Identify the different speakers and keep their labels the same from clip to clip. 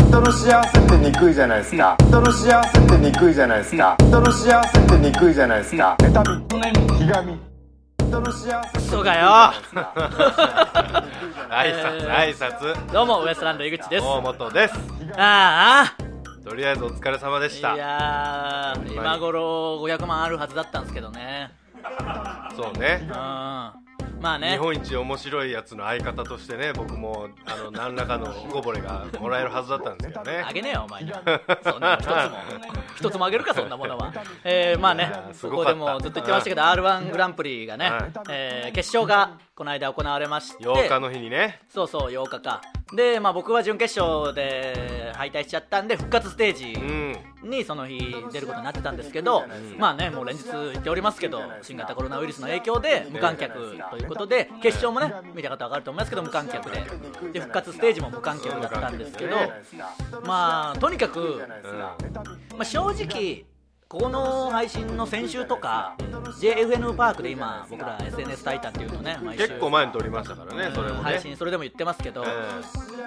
Speaker 1: 人の幸せってにくいじゃないですか人の幸せってにくいじゃないですか人の幸せってにくいじゃないですか妬みひがみ人の幸せって
Speaker 2: そうかよ
Speaker 3: 挨拶挨拶
Speaker 2: どうもウエストランド井口です
Speaker 3: 大本です
Speaker 2: ああ
Speaker 3: とりあえずお疲れ様でし
Speaker 2: い
Speaker 3: た
Speaker 2: やー今頃500万あるはずだったんですけどね
Speaker 3: そうね
Speaker 2: うんまあ
Speaker 3: 日
Speaker 2: ね
Speaker 3: 本一面白いやつの相方としてね僕もあの何らかのこぼれがもらえるはずだったんですけどね
Speaker 2: あげねえよお 前にそんなの一つも一つもあげるかそんなものはえー、まあね
Speaker 3: やーす
Speaker 2: こ
Speaker 3: ご
Speaker 2: こ
Speaker 3: か
Speaker 2: で
Speaker 3: った
Speaker 2: もずっと言ってましたけど r 1グランプリがね、
Speaker 3: はい
Speaker 2: えー決勝がこの間行われまして
Speaker 3: 8日の日にね
Speaker 2: そうそう8日かで、まあ、僕は準決勝で敗退しちゃったんで復活ステー
Speaker 3: う
Speaker 2: ジ
Speaker 3: ん
Speaker 2: にその日出ることになってたんですけど、まあねもう連日言っておりますけど新型コロナウイルスの影響で無観客ということで決勝もね見た方分かると思いますけど無観客でで復活ステージも無観客だったんですけどまあとにかく、まあ、正直ここの配信の先週とか JFN パークで今僕ら SNS タイタンっていうのね毎週
Speaker 3: 結構前に撮りましたからねそれも
Speaker 2: 配
Speaker 3: ね
Speaker 2: 信それでも言ってますけど、
Speaker 3: ん
Speaker 2: ま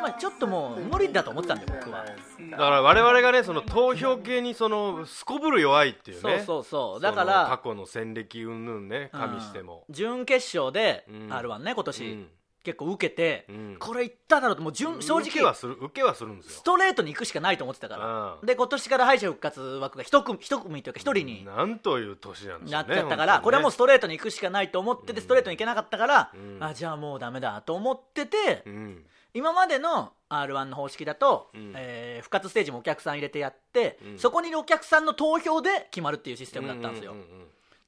Speaker 2: あ、ちょっともう無理だと思ってたんで僕は、
Speaker 3: だから我々がねその投票系にそのすこぶる弱いっていう
Speaker 2: そう
Speaker 3: ね
Speaker 2: そうそう
Speaker 3: その
Speaker 2: だから
Speaker 3: 過去の戦歴云々ね加味しても
Speaker 2: うん準決勝で
Speaker 3: うん
Speaker 2: r 1ね今年、
Speaker 3: うん
Speaker 2: 結構受けて、
Speaker 3: うん
Speaker 2: これいっただろうともう順正
Speaker 3: 受けは
Speaker 2: 直
Speaker 3: する受けはするんです
Speaker 2: ス
Speaker 3: よ
Speaker 2: トレートに行くしかないと思ってたから、
Speaker 3: うん
Speaker 2: で今年から敗者復活枠が一組一組というか一人に
Speaker 3: なんという年なんでしょ
Speaker 2: な
Speaker 3: う
Speaker 2: っち
Speaker 3: ね
Speaker 2: ゃったから、
Speaker 3: 本当にね
Speaker 2: これはもうストレートに行くしかないと思っててストレートに行けなかったから、
Speaker 3: うん
Speaker 2: あじゃあもうダメだと思ってて、
Speaker 3: うん
Speaker 2: 今までの r 1の方式だと、
Speaker 3: うん
Speaker 2: えー復活ステージもお客さん入れてやって、
Speaker 3: うん
Speaker 2: そこにいるお客さんの投票で決まるっていうシステムだったんですよ、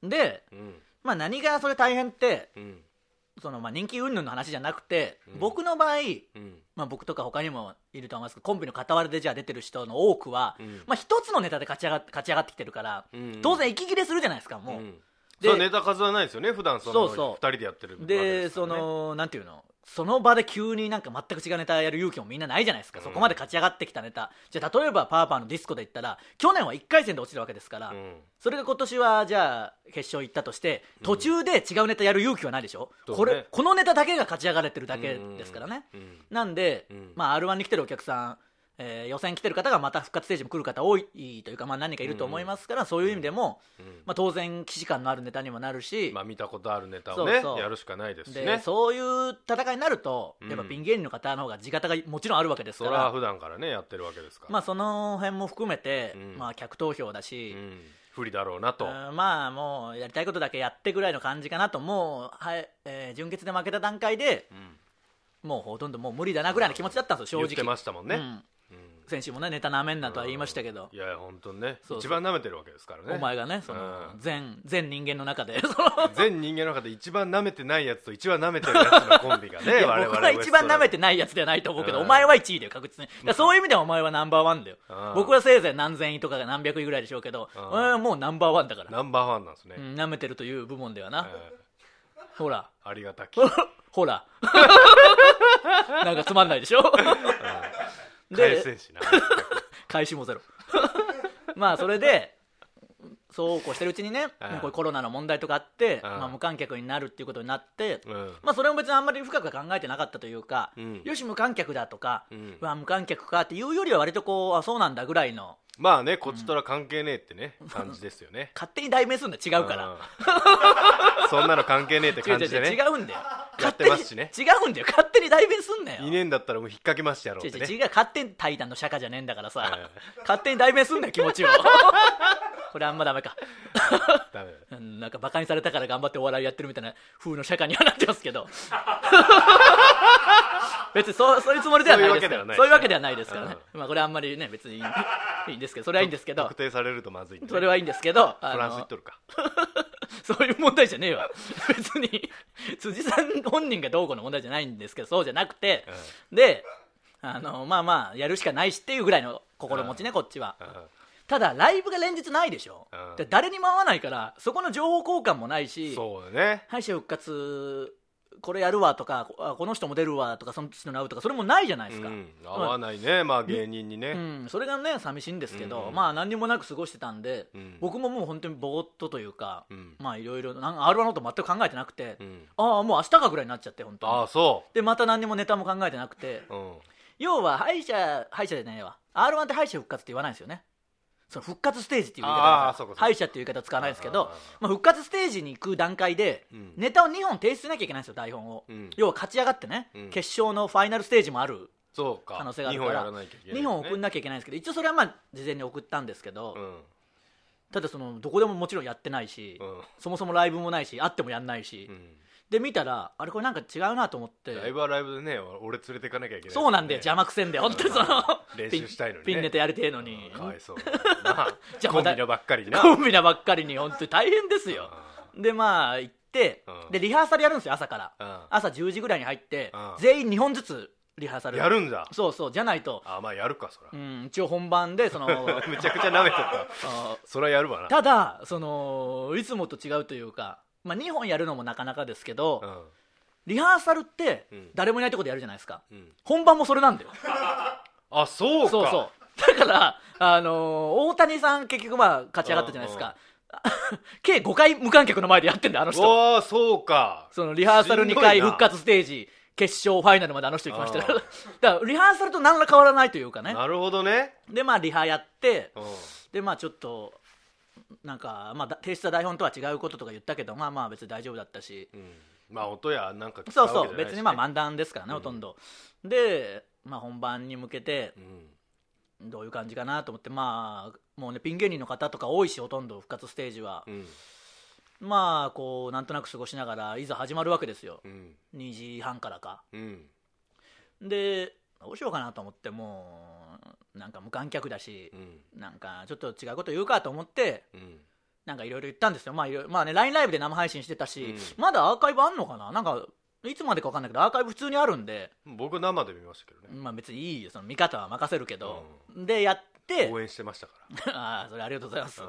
Speaker 3: うう
Speaker 2: で、
Speaker 3: うんうん
Speaker 2: まあ、何がそれ大変って
Speaker 3: うん
Speaker 2: そのまあ人気云々の話じゃなくて、
Speaker 3: うん
Speaker 2: 僕の場合、
Speaker 3: うん
Speaker 2: まあ、僕とか他にもいると思いますけどコンビの傍らでじゃあ出てる人の多くは、
Speaker 3: うん
Speaker 2: まあ、一つのネタで勝ち上がっ勝ち上がってきてるから、
Speaker 3: うん
Speaker 2: 当然息切れするじゃないですかもう、
Speaker 3: うん
Speaker 2: で
Speaker 3: そうネタ数はないですよね普段その
Speaker 2: そうそう
Speaker 3: 2人でやってるわけ
Speaker 2: です
Speaker 3: か
Speaker 2: そ
Speaker 3: らね
Speaker 2: のなんていうのその場で急になんか全く違うネタやる勇気もみんなないじゃないですか、
Speaker 3: うん
Speaker 2: そこまで勝ち上がってきたネタじゃあ例えばパーパーのディスコで言ったら去年は1回戦で落ちるわけですから、
Speaker 3: うん
Speaker 2: それが今年はじゃあ決勝行ったとして途中で違うネタやる勇気はないでしょ、
Speaker 3: そうね
Speaker 2: これこのネタだけが勝ち上がれてるだけですからね、
Speaker 3: うんうん
Speaker 2: なんで、
Speaker 3: うん
Speaker 2: まあ、r 1に来てるお客さん、えー予選来てる方がまた復活ステージも来る方多いというか、まあ、何人かいると思いますから、そういう意味でも、
Speaker 3: うん
Speaker 2: まあ、当然既視感のあるネタにもなるし、
Speaker 3: まあ見たことあるネタをね
Speaker 2: そうそう
Speaker 3: やるしかないですし
Speaker 2: で
Speaker 3: ね
Speaker 2: そういう戦いになると、
Speaker 3: うん
Speaker 2: やっぱピン芸人の方の方が地形がもちろんあるわけです
Speaker 3: そ
Speaker 2: か
Speaker 3: れは
Speaker 2: ら、
Speaker 3: 普段からねやってるわけですから
Speaker 2: まあ、その辺も含めて、
Speaker 3: うん
Speaker 2: まあ、客投票だ
Speaker 3: う
Speaker 2: し、
Speaker 3: ん不利だろうなと
Speaker 2: うんまあもうやりたいことだけやってぐらいの感じかなと、もう、はいえー準決で負けた段階で、
Speaker 3: ん
Speaker 2: もうほとんどもう無理だなぐらいの気持ちだったんですよ、
Speaker 3: 言
Speaker 2: 正
Speaker 3: っ
Speaker 2: 直。
Speaker 3: てましたもん
Speaker 2: う
Speaker 3: ね
Speaker 2: ん
Speaker 3: うん
Speaker 2: 先週もね、ネタなめんなとは言いましたけど
Speaker 3: い、やいや本当にね
Speaker 2: そうそう
Speaker 3: 一番舐めてるわけですからね
Speaker 2: お前がね、その
Speaker 3: うん
Speaker 2: 全全人間の中で、その
Speaker 3: 全人間の中で一番舐めてないやつと一番舐めてるやつのコンビ が
Speaker 2: い
Speaker 3: ね
Speaker 2: や
Speaker 3: 我々
Speaker 2: 僕は一番舐め
Speaker 3: て
Speaker 2: てないやつではないと思うけど、
Speaker 3: うん
Speaker 2: お前は1位だよ、確実に。だからそういう意味ではお前はナンバーワンだよ
Speaker 3: う。ん
Speaker 2: 僕はせいぜい何千位とかが何百位ぐらいでしょうけど、
Speaker 3: うん
Speaker 2: お前はもうナンバーワンだから。
Speaker 3: ナンバーワンなんですね
Speaker 2: うん、舐めてるという部門では
Speaker 3: え
Speaker 2: な。
Speaker 3: ー
Speaker 2: ほら、
Speaker 3: ありがたき
Speaker 2: ほ ら。なんかつまんないでしょ
Speaker 3: 返せん
Speaker 2: で、
Speaker 3: しな
Speaker 2: 返しもゼロ。 まあ、それで、そうこうしてるうちにね、
Speaker 3: うん
Speaker 2: もうこれコロナの問題とかあって、
Speaker 3: うん
Speaker 2: まあ、無観客になるっていうことになって、
Speaker 3: うん
Speaker 2: まあ、それも別にあんまり深くは考えてなかったというか、
Speaker 3: うん
Speaker 2: よし、無観客だとか、う
Speaker 3: うん
Speaker 2: わ、無観客かっていうよりは、割とこう、あ、そうなんだぐらいの、
Speaker 3: まあねこっちとら関係ねえってね感じですよね
Speaker 2: 勝手に代名するの違うから、
Speaker 3: うんそんなの関係ねえって
Speaker 2: 違う
Speaker 3: 感
Speaker 2: 違う
Speaker 3: じで
Speaker 2: 違
Speaker 3: ね
Speaker 2: うんだよ、
Speaker 3: や
Speaker 2: 勝
Speaker 3: っ
Speaker 2: 手
Speaker 3: て
Speaker 2: に
Speaker 3: ますしね
Speaker 2: 違うんだよ、勝手に代弁すんなよ。
Speaker 3: 2年だったらもう引っ掛けましてやろう
Speaker 2: 違う
Speaker 3: って
Speaker 2: 違う
Speaker 3: ね
Speaker 2: 違う勝手にタイタンの釈迦じゃねえんだからさ
Speaker 3: え
Speaker 2: 勝手に代弁すんなよ気持ちを これあんまダメか
Speaker 3: ダメだね
Speaker 2: うんなんかバカにされたから頑張ってお笑いやってるみたいな風の釈迦にはなってますけ ど別にそうそういうつもりではないですから
Speaker 3: そういう
Speaker 2: わけではないですからね、まあ、これあんまりね別 にいいいいんですけどそれはいいんですけど
Speaker 3: 特定されるとまずいんで
Speaker 2: そ
Speaker 3: ね
Speaker 2: れはいいんですけどあ
Speaker 3: フ
Speaker 2: の
Speaker 3: ランス行っとるか
Speaker 2: そういう問題じゃねえわ 別に辻さん本人がどうこうの問題じゃないんですけどそうじゃなくて、であのまあまあやるしかないしっていうぐらいの心持ちね、こっちは、
Speaker 3: うん
Speaker 2: ただライブが連日ないでしょ、
Speaker 3: うん
Speaker 2: で誰にも会わないからそこの情報交換もないし
Speaker 3: そうだね
Speaker 2: 敗者復活これやるわとかこあこの人も出るわとかその人の会うとかそれもないじゃないですか、
Speaker 3: う
Speaker 2: うん
Speaker 3: ん合わないねまあ芸人にね
Speaker 2: それがね寂しいんですけど、
Speaker 3: うん
Speaker 2: まあ何にもなく過ごしてたんで、
Speaker 3: うん
Speaker 2: 僕ももう本当にぼーっとというか、
Speaker 3: うん
Speaker 2: まあいろいろ r 1のこと全く考えてなくて、
Speaker 3: うん
Speaker 2: ああもう明日かぐらいになっちゃって本当に
Speaker 3: ああそ
Speaker 2: でまた何にもネタも考えてなくて
Speaker 3: ううん
Speaker 2: 要は敗者敗者じゃないわ r 1って敗者復活って言わないんですよねその復活ステージっていう言い
Speaker 3: あ
Speaker 2: 方
Speaker 3: ーそうかそうか
Speaker 2: 敗者っていう言い方使わないですけ
Speaker 3: あー
Speaker 2: どまあ、復活ステージに行く段階で、
Speaker 3: うん
Speaker 2: ネタを2本提出しなきゃいけないんですよ台本を、
Speaker 3: うん
Speaker 2: 要は勝ち上がってね、
Speaker 3: うん
Speaker 2: 決勝のファイナルステージもある
Speaker 3: そうか
Speaker 2: 可能性があるから
Speaker 3: 二本やらないといけない、
Speaker 2: 2本送ん
Speaker 3: な
Speaker 2: なきゃいけないんですけど一応それはまあ事前に送ったんですけど、
Speaker 3: うん
Speaker 2: ただそのどこでももちろんやってないし、
Speaker 3: うん
Speaker 2: そもそもライブもないしあってもやんないし、
Speaker 3: うん
Speaker 2: で見たらあれこれなんか違うなと思って
Speaker 3: ライブはライブでね俺連れてかなきゃいけない、
Speaker 2: そうなんだよ邪
Speaker 3: ゃ
Speaker 2: 魔くせんで本当にその
Speaker 3: 練
Speaker 2: ピン
Speaker 3: 習したいのにね
Speaker 2: ピンネタやりてえのに
Speaker 3: かわいそうだな
Speaker 2: じゃあ
Speaker 3: コ
Speaker 2: ま
Speaker 3: ン
Speaker 2: た
Speaker 3: ビのばっかりな
Speaker 2: コンビなばっかりに本当に大変ですよ
Speaker 3: あ
Speaker 2: でまあ行って
Speaker 3: うん
Speaker 2: でリハーサルやるんですよ朝から
Speaker 3: あ
Speaker 2: 朝10時ぐらいに入って
Speaker 3: うん
Speaker 2: 全員2本ずつリハーサル
Speaker 3: やるんだ
Speaker 2: そうそうじゃないと
Speaker 3: あまあやるかそら
Speaker 2: うん一応本番でそ の
Speaker 3: むちゃくちゃ舐めてた
Speaker 2: あ
Speaker 3: そらやるわな
Speaker 2: ただそのいつもと違うというかまあ2本やるのもなかなかですけど、
Speaker 3: うん
Speaker 2: リハーサルって
Speaker 3: うん
Speaker 2: 誰もいないとこでやるじゃないですか、
Speaker 3: うん
Speaker 2: 本番もそれなんだよ
Speaker 3: あ そうか
Speaker 2: そうそうだからあのー大谷さん結局まあ勝ち上がったじゃないですか 計5回無観客の前でやってんだよあの人
Speaker 3: わあそうか
Speaker 2: そのリハーサル2回
Speaker 3: しんどいな
Speaker 2: 復活ステージ決勝ファイナルまであの人行きましたから
Speaker 3: あ
Speaker 2: だからリハーサルと何ら変わらないというかね
Speaker 3: なるほどね
Speaker 2: でまあリハやって
Speaker 3: うん
Speaker 2: でまあちょっとなんか、まあ、だ提出した台本とは違うこととか言ったけどまあまあ別に大丈夫だったし
Speaker 3: うんまあ音やなんか聞
Speaker 2: そう
Speaker 3: か
Speaker 2: んそ
Speaker 3: わけ
Speaker 2: う
Speaker 3: じゃないしね
Speaker 2: 別にまあ漫談ですからね、
Speaker 3: うん
Speaker 2: ほとんどで、まあ、本番に向けて
Speaker 3: うん
Speaker 2: どういう感じかなと思ってまあもうねピン芸人の方とか多いしほとんど復活ステージは
Speaker 3: う、ん
Speaker 2: まあこうなんとなく過ごしながらいざ始まるわけですよ
Speaker 3: うん
Speaker 2: 2時半からか
Speaker 3: うん
Speaker 2: でどうしようかなと思ってもうなんか無観客だし
Speaker 3: う、ん
Speaker 2: なんかちょっと違うこと言うかと思って
Speaker 3: うん
Speaker 2: なんかいろいろ言ったんですよまあいろいろまあね LINE ライブで生配信してたし、
Speaker 3: うん
Speaker 2: まだアーカイブあんのかななんかいつまでか分かんないけどアーカイブ普通にあるんで
Speaker 3: 僕生で見ましたけどね
Speaker 2: まあ別にいいよその見方は任せるけど、でやって
Speaker 3: 応援してましたか
Speaker 2: ああそれありがとうございます、
Speaker 3: ら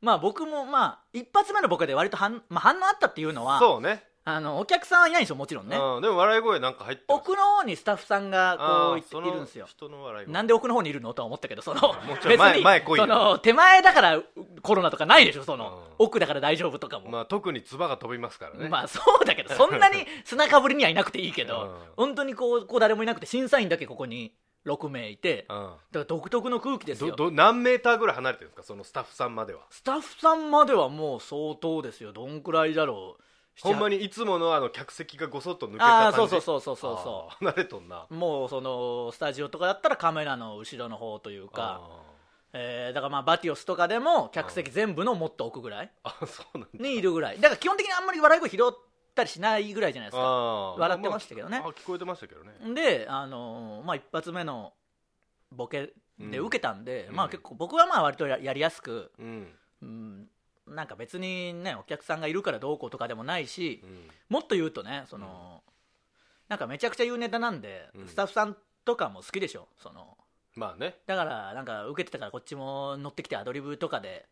Speaker 2: まあ僕もまあ一発目の僕で割と反,、まあ、反応あったっていうの
Speaker 3: うん
Speaker 2: は
Speaker 3: そうね
Speaker 2: あのお客さんはいないんですよもちろんね、
Speaker 3: うんでも笑い声なんか入ってます
Speaker 2: 奥の方にスタッフさんが
Speaker 3: あ
Speaker 2: こ
Speaker 3: ーそうの
Speaker 2: いいるんですよ
Speaker 3: 人の笑い声
Speaker 2: なんで奥の方にいるのとは思ったけどその
Speaker 3: もうちょい前
Speaker 2: 別に
Speaker 3: 前来いよ
Speaker 2: その手前だからコロナとかないでしょその、
Speaker 3: う
Speaker 2: 奥だから大丈夫とかも、
Speaker 3: まあ特に唾が飛びますからね
Speaker 2: まあそうだけどそんな に砂かぶりにはいなくていいけど、
Speaker 3: うん
Speaker 2: 本当にこうここ誰もいなくて審査員だけここに6名いて、だから独特の空気です
Speaker 3: うん
Speaker 2: よ
Speaker 3: どど何メーターぐらい離れてるんですかそのスタッフさんまでは
Speaker 2: スタッフさんまではもう相当ですよどんくらいだろう
Speaker 3: ほんま
Speaker 2: に
Speaker 3: にいつものあの客席がごそっと抜けた
Speaker 2: あ
Speaker 3: 感
Speaker 2: あ
Speaker 3: じ
Speaker 2: そうそうそうそうそうそ
Speaker 3: あー離れとんな
Speaker 2: うもうそのスタジオとかだったらカメラの後ろの方というか、えーだからまあバティオスとかでも客席全部のもっと奥ぐらい
Speaker 3: あーあそうなんだ
Speaker 2: にいるぐらいだから基本的にあんまり笑い声拾ったりしないぐらいじゃないですか
Speaker 3: あー
Speaker 2: 笑ってましたけどね
Speaker 3: あ聞こえてましたけどね
Speaker 2: であのーまあ一発目のボケで受けたんで、
Speaker 3: うん
Speaker 2: まあ結構僕はまあ割とややりやすく、
Speaker 3: うん
Speaker 2: うん、なんか別にねお客さんがいるからどうこうとかでもないし
Speaker 3: う、ん
Speaker 2: もっと言うとねその、なんかめちゃくちゃ言うネタなんで、
Speaker 3: うん
Speaker 2: スタッフさんとかも好きでしょその
Speaker 3: まあね
Speaker 2: だからなんか受けてたからこっちも乗ってきてアドリブとかで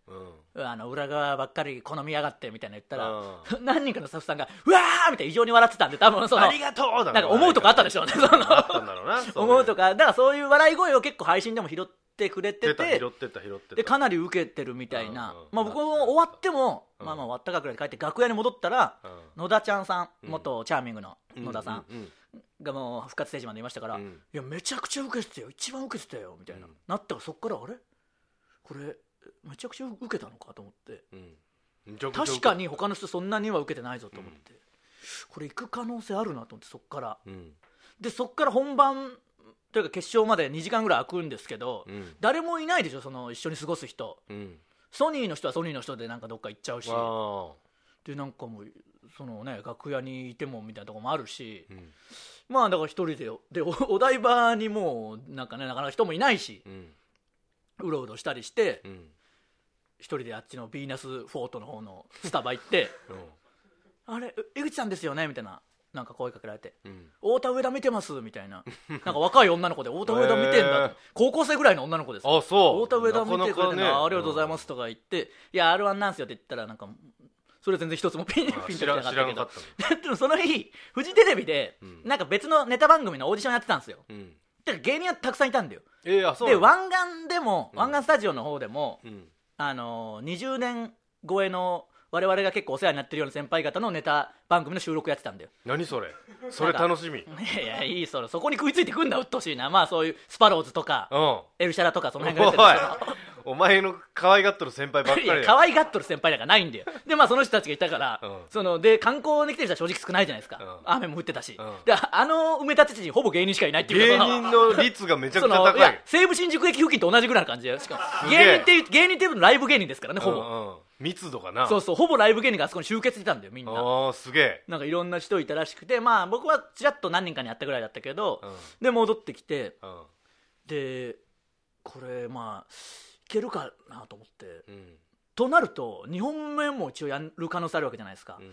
Speaker 3: うん
Speaker 2: あの裏側ばっかり好みやがってみたいな言ったら、
Speaker 3: うん
Speaker 2: 何人かのスタッフさんがうわーみたいな異常に笑ってたんで多分その
Speaker 3: ありがとうだ
Speaker 2: なんか思うとかあったでしょうねその
Speaker 3: あったんだろうな そ
Speaker 2: 思うとかだからそういう笑い声を結構配信でも拾ってくれて
Speaker 3: 出た
Speaker 2: て
Speaker 3: 拾ってた拾ってた
Speaker 2: でかなり受けてるみたいな、
Speaker 3: うんうん
Speaker 2: まあ、僕も終わっても、
Speaker 3: うん
Speaker 2: まあまあ終わったかぐらいで帰って楽屋に戻ったら、
Speaker 3: う
Speaker 2: 野田ちゃんさん
Speaker 3: うん
Speaker 2: 元チャーミングの
Speaker 3: ん
Speaker 2: 野田さん
Speaker 3: うんうん
Speaker 2: がもう復活ステージまでいましたから、
Speaker 3: うん
Speaker 2: いやめちゃくちゃ受けてたよ一番受けてたよみたいな、
Speaker 3: うん
Speaker 2: なったからそっからあれこれめちゃくちゃ受けたのかと思って
Speaker 3: うんめちゃくちゃ
Speaker 2: 確かに他の人そんなには受けてないぞと思って、これ行く可能性あるなと思ってそっから
Speaker 3: うん
Speaker 2: でそっから本番というか決勝まで2時間ぐらい空くんですけど、
Speaker 3: うん
Speaker 2: 誰もいないでしょその一緒に過ごす人
Speaker 3: うん
Speaker 2: ソニーの人はソニーの人でなんかどっか行っちゃうし
Speaker 3: あ
Speaker 2: でなんかもうそのね楽屋にいてもみたいなとこもあるし
Speaker 3: ーうん
Speaker 2: まあだから一人ででおお台場にもうなんかねなかなか人もいないし
Speaker 3: うん
Speaker 2: うろうろしたりして
Speaker 3: うん
Speaker 2: 一人であっちのヴィーナスフォートの方のスタバ行 って「あれえ江口さんですよね」みたいななんか声かけられて。
Speaker 3: うん
Speaker 2: 太田上田見てますみたいななんか若い女の子で太田上田見てんだって、
Speaker 3: へー
Speaker 2: 高校生ぐらいの女の子です
Speaker 3: あそう
Speaker 2: 太田上田見てくれてん
Speaker 3: なかなかね
Speaker 2: ありがとうございますとか言って、いや r 1なんすよって言ったらなんかそれは全然一つもピン
Speaker 3: あ
Speaker 2: ピンとき
Speaker 3: 知
Speaker 2: てな
Speaker 3: ら
Speaker 2: かっ
Speaker 3: ん知
Speaker 2: た
Speaker 3: ら
Speaker 2: け
Speaker 3: んかっ
Speaker 2: ど
Speaker 3: た の
Speaker 2: でもその日フジテレビで
Speaker 3: うん
Speaker 2: なんか別のネタ番組のオーディションやってたんですよ
Speaker 3: うん
Speaker 2: だから芸人はたくさんいたんだよ
Speaker 3: えーあそう
Speaker 2: で
Speaker 3: なんだ
Speaker 2: 湾岸でも
Speaker 3: うん
Speaker 2: 湾岸スタジオの方でも、
Speaker 3: うん
Speaker 2: あのー20年超えの我々が結構お世話になってるような先輩方のネタ番組の収録やってた んだよ
Speaker 3: 何それそれ楽しみうん
Speaker 2: いやいやいいそれそこに食いついてくんだうっとうしいなまあそういうスパローズとか
Speaker 3: お
Speaker 2: エルシャラとかその辺がやってたんだけど
Speaker 3: いお前の可愛がっとる先輩ばっかり
Speaker 2: い
Speaker 3: だ
Speaker 2: や
Speaker 3: よ
Speaker 2: 可愛がっとる先輩なんかないん だよでまあその人たちがいたから、
Speaker 3: うん
Speaker 2: そので観光に来てる人は正直少ないじゃないですか、
Speaker 3: うん
Speaker 2: 雨も降ってたし、
Speaker 3: うん
Speaker 2: でああの埋め立て地にほぼ芸人しかいないっていう
Speaker 3: 芸
Speaker 2: かその
Speaker 3: 人の率がめちゃ
Speaker 2: そ
Speaker 3: くちゃ
Speaker 2: のい
Speaker 3: 高
Speaker 2: や
Speaker 3: い
Speaker 2: 西武新宿駅付近と同じぐらいの感じでしかも
Speaker 3: すげ
Speaker 2: 芸人
Speaker 3: え
Speaker 2: っていう芸人っていうのはライブ芸人ですからねほぼ、
Speaker 3: うんうん密度がな
Speaker 2: そうそうほぼライブ芸人があそこに集結してたんだよみんな
Speaker 3: ああすげえ
Speaker 2: なんかいろんな人いたらしくてまあ僕はちらっと何人かに会ったぐらいだったけど、
Speaker 3: うん
Speaker 2: で戻ってきて
Speaker 3: うん
Speaker 2: でこれまあいけるかなと思って
Speaker 3: うん
Speaker 2: となると2本目も一応やる可能性あるわけじゃないですか、
Speaker 3: うん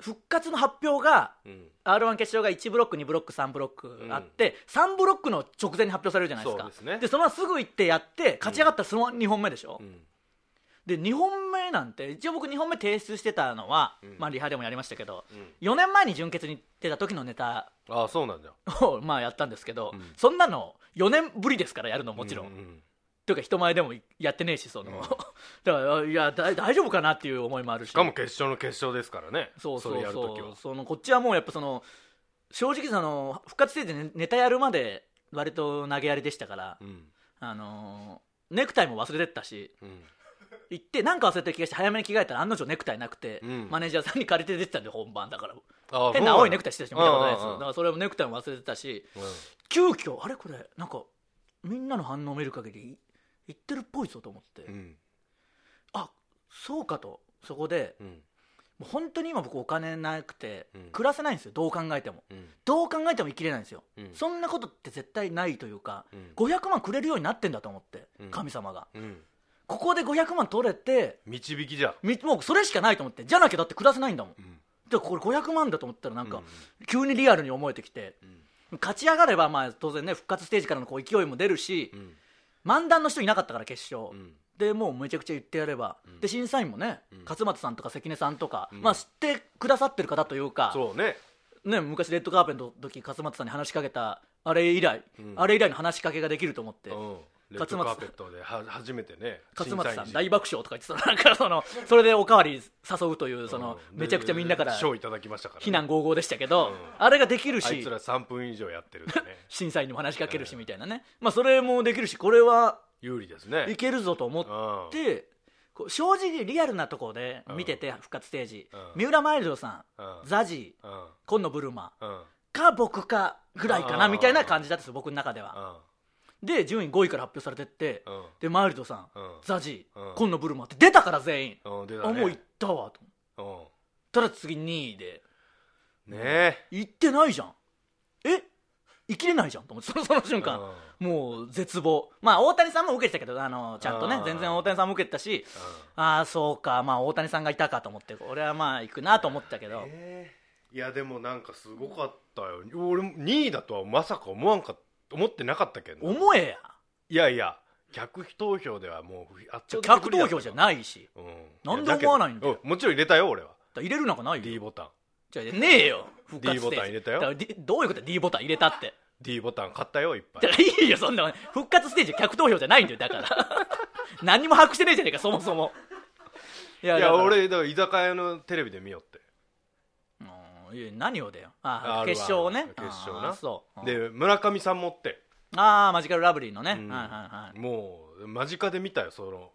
Speaker 2: 復活の発表が
Speaker 3: うん
Speaker 2: r 1決勝が1ブロック2ブロック3ブロックあって、3ブロックの直前に発表されるじゃないですか
Speaker 3: そうですね
Speaker 2: そのまますぐ行ってやって勝ち上がったらその2本目でしょ、
Speaker 3: うん
Speaker 2: で2本目なんて一応僕2本目提出してたのは、
Speaker 3: うん
Speaker 2: まあ、リハでもやりましたけど、
Speaker 3: うん
Speaker 2: 4年前に純潔に出た時のネタ
Speaker 3: ああそうなんだよ
Speaker 2: を まあやったんですけど、
Speaker 3: うん
Speaker 2: そんなの4年ぶりですからやるのもちろん、
Speaker 3: うう
Speaker 2: というか人前でもやってねえしその、
Speaker 3: うん
Speaker 2: だからいやだ大丈夫かなっていう思いもあるし
Speaker 3: しかも決勝の決勝ですからね
Speaker 2: そうそう
Speaker 3: れや
Speaker 2: そ
Speaker 3: る
Speaker 2: う
Speaker 3: ときは
Speaker 2: そのこっちはもうやっぱその正直その復活ステージでネネタやるまで割と投げやりでしたから、
Speaker 3: うん
Speaker 2: あのーネクタイも忘れてったし
Speaker 3: うん
Speaker 2: 行ってなんか忘れてる気がして早めに着替えたら案の定ネクタイなくて、
Speaker 3: うん
Speaker 2: マネージャーさんに借りて出てたんで本番だから
Speaker 3: ああ
Speaker 2: 変な青いネクタイしてる人見たことないです
Speaker 3: うんうん
Speaker 2: よ
Speaker 3: うん
Speaker 2: だからそれもネクタイも忘れてたし
Speaker 3: うん
Speaker 2: 急遽あれこれなんかみんなの反応を見る限り言ってるっぽいぞと思って、
Speaker 3: うん
Speaker 2: あそうかとそこで
Speaker 3: うん
Speaker 2: もう本当に今僕お金なくて
Speaker 3: うん
Speaker 2: 暮らせないんですよどう考えても
Speaker 3: うん
Speaker 2: どう考えても生きれないんですよ、
Speaker 3: うん
Speaker 2: そんなことって絶対ないというか、
Speaker 3: うん
Speaker 2: 500万くれるようになってんだと思って、
Speaker 3: うん
Speaker 2: 神様が
Speaker 3: うん
Speaker 2: ここで500万取れて
Speaker 3: 導きじゃ
Speaker 2: みもうそれしかないと思ってじゃなきゃだって暮らせないんだもん
Speaker 3: うん
Speaker 2: でこれ500万だと思ったらなんか
Speaker 3: うん
Speaker 2: 急にリアルに思えてきて
Speaker 3: うん
Speaker 2: 勝ち上がればまあ当然ね復活ステージからのこう勢いも出るし
Speaker 3: うん
Speaker 2: 漫談の人いなかったから決勝、
Speaker 3: うん
Speaker 2: でもうめちゃくちゃ言ってやれば、
Speaker 3: ん
Speaker 2: で審査員もね、
Speaker 3: ん
Speaker 2: 勝俣さんとか関根さんとか、
Speaker 3: ん
Speaker 2: まあ、知ってくださってる方というか
Speaker 3: そうね
Speaker 2: ね、昔レッドカーペンの時勝俣さんに話しかけたあれ以来、
Speaker 3: うん
Speaker 2: あれ以来の話しかけができると思って、
Speaker 3: うんレッ
Speaker 2: 勝
Speaker 3: ド
Speaker 2: 俣さ
Speaker 3: カ
Speaker 2: ん
Speaker 3: ーペットでは初めてね
Speaker 2: 勝俣さん
Speaker 3: 審査
Speaker 2: 大
Speaker 3: 員
Speaker 2: 爆笑とか言ってたなん かそのそれでおかわり誘うというその、
Speaker 3: うん
Speaker 2: めちゃくちゃみんなから
Speaker 3: 賞いただきましたからね
Speaker 2: 非難合々でしたけど、
Speaker 3: うん
Speaker 2: あれができる
Speaker 3: あい
Speaker 2: し
Speaker 3: つら3分以上やってるんでね
Speaker 2: 審査員にも話しかけるしみたいなね、まあ、それもできるしこれは
Speaker 3: 有利です
Speaker 2: い
Speaker 3: ね
Speaker 2: けるぞと思っ
Speaker 3: うん
Speaker 2: て、こう正直リアルなところで見てて、復活ステージ、
Speaker 3: うん
Speaker 2: 三浦マイルドさん、
Speaker 3: うん
Speaker 2: ザジー
Speaker 3: うん
Speaker 2: 今野ブルマ
Speaker 3: うん
Speaker 2: か僕かぐらいかな
Speaker 3: うん
Speaker 2: みたいな感じだったんですよ僕の中では。で順位5位から発表されてって、
Speaker 3: うん
Speaker 2: でマイルドさん、
Speaker 3: うん
Speaker 2: ザジー、
Speaker 3: うん
Speaker 2: 今野ブルマって出たから全員、
Speaker 3: うんうん出
Speaker 2: あ
Speaker 3: たね
Speaker 2: もう行ったわと思っ
Speaker 3: うん
Speaker 2: たら次2位で
Speaker 3: ねえ
Speaker 2: 行ってないじゃんえ生きれないじゃんと思ってそのそ の瞬間、
Speaker 3: うん
Speaker 2: もう絶望まあ大谷さんも受けてたけどあのちゃんとね
Speaker 3: うん
Speaker 2: 全然大谷さんも受けてたし、ああそうかまあ大谷さんがいたかと思って俺はまあ行くなと思ったけど、
Speaker 3: えーいやでもなんかすごかったよ俺も2位だとはまさか思わんか思ってなかったけどな
Speaker 2: 思えや
Speaker 3: いやいや客投票ではもう圧倒的
Speaker 2: 客投票じゃ
Speaker 3: い、
Speaker 2: ないし
Speaker 3: うん、
Speaker 2: なんで思わないんだよ
Speaker 3: やけどうもちろん入れたよ俺は
Speaker 2: 入れるなんかないよ
Speaker 3: D ボタン
Speaker 2: じゃあねえよ復活
Speaker 3: D ボタン入れたよ
Speaker 2: だから D- どういうことだ D ボタン入れたって
Speaker 3: D ボタン買ったよいっぱ
Speaker 2: だ
Speaker 3: い
Speaker 2: から いいよそんな復活ステージ客投票じゃないんだよだから何も把握してねえじゃねえかそもそもいや
Speaker 3: い
Speaker 2: だ
Speaker 3: や
Speaker 2: から
Speaker 3: 俺だから居酒屋のテレビで見よって
Speaker 2: うんいや何をだよああ
Speaker 3: R1
Speaker 2: 決勝をね
Speaker 3: 決勝な
Speaker 2: あーそうで
Speaker 3: で村上さんもって
Speaker 2: ああマジカルラブリーのね、
Speaker 3: うん
Speaker 2: はいはいはい
Speaker 3: もう間近で見たよその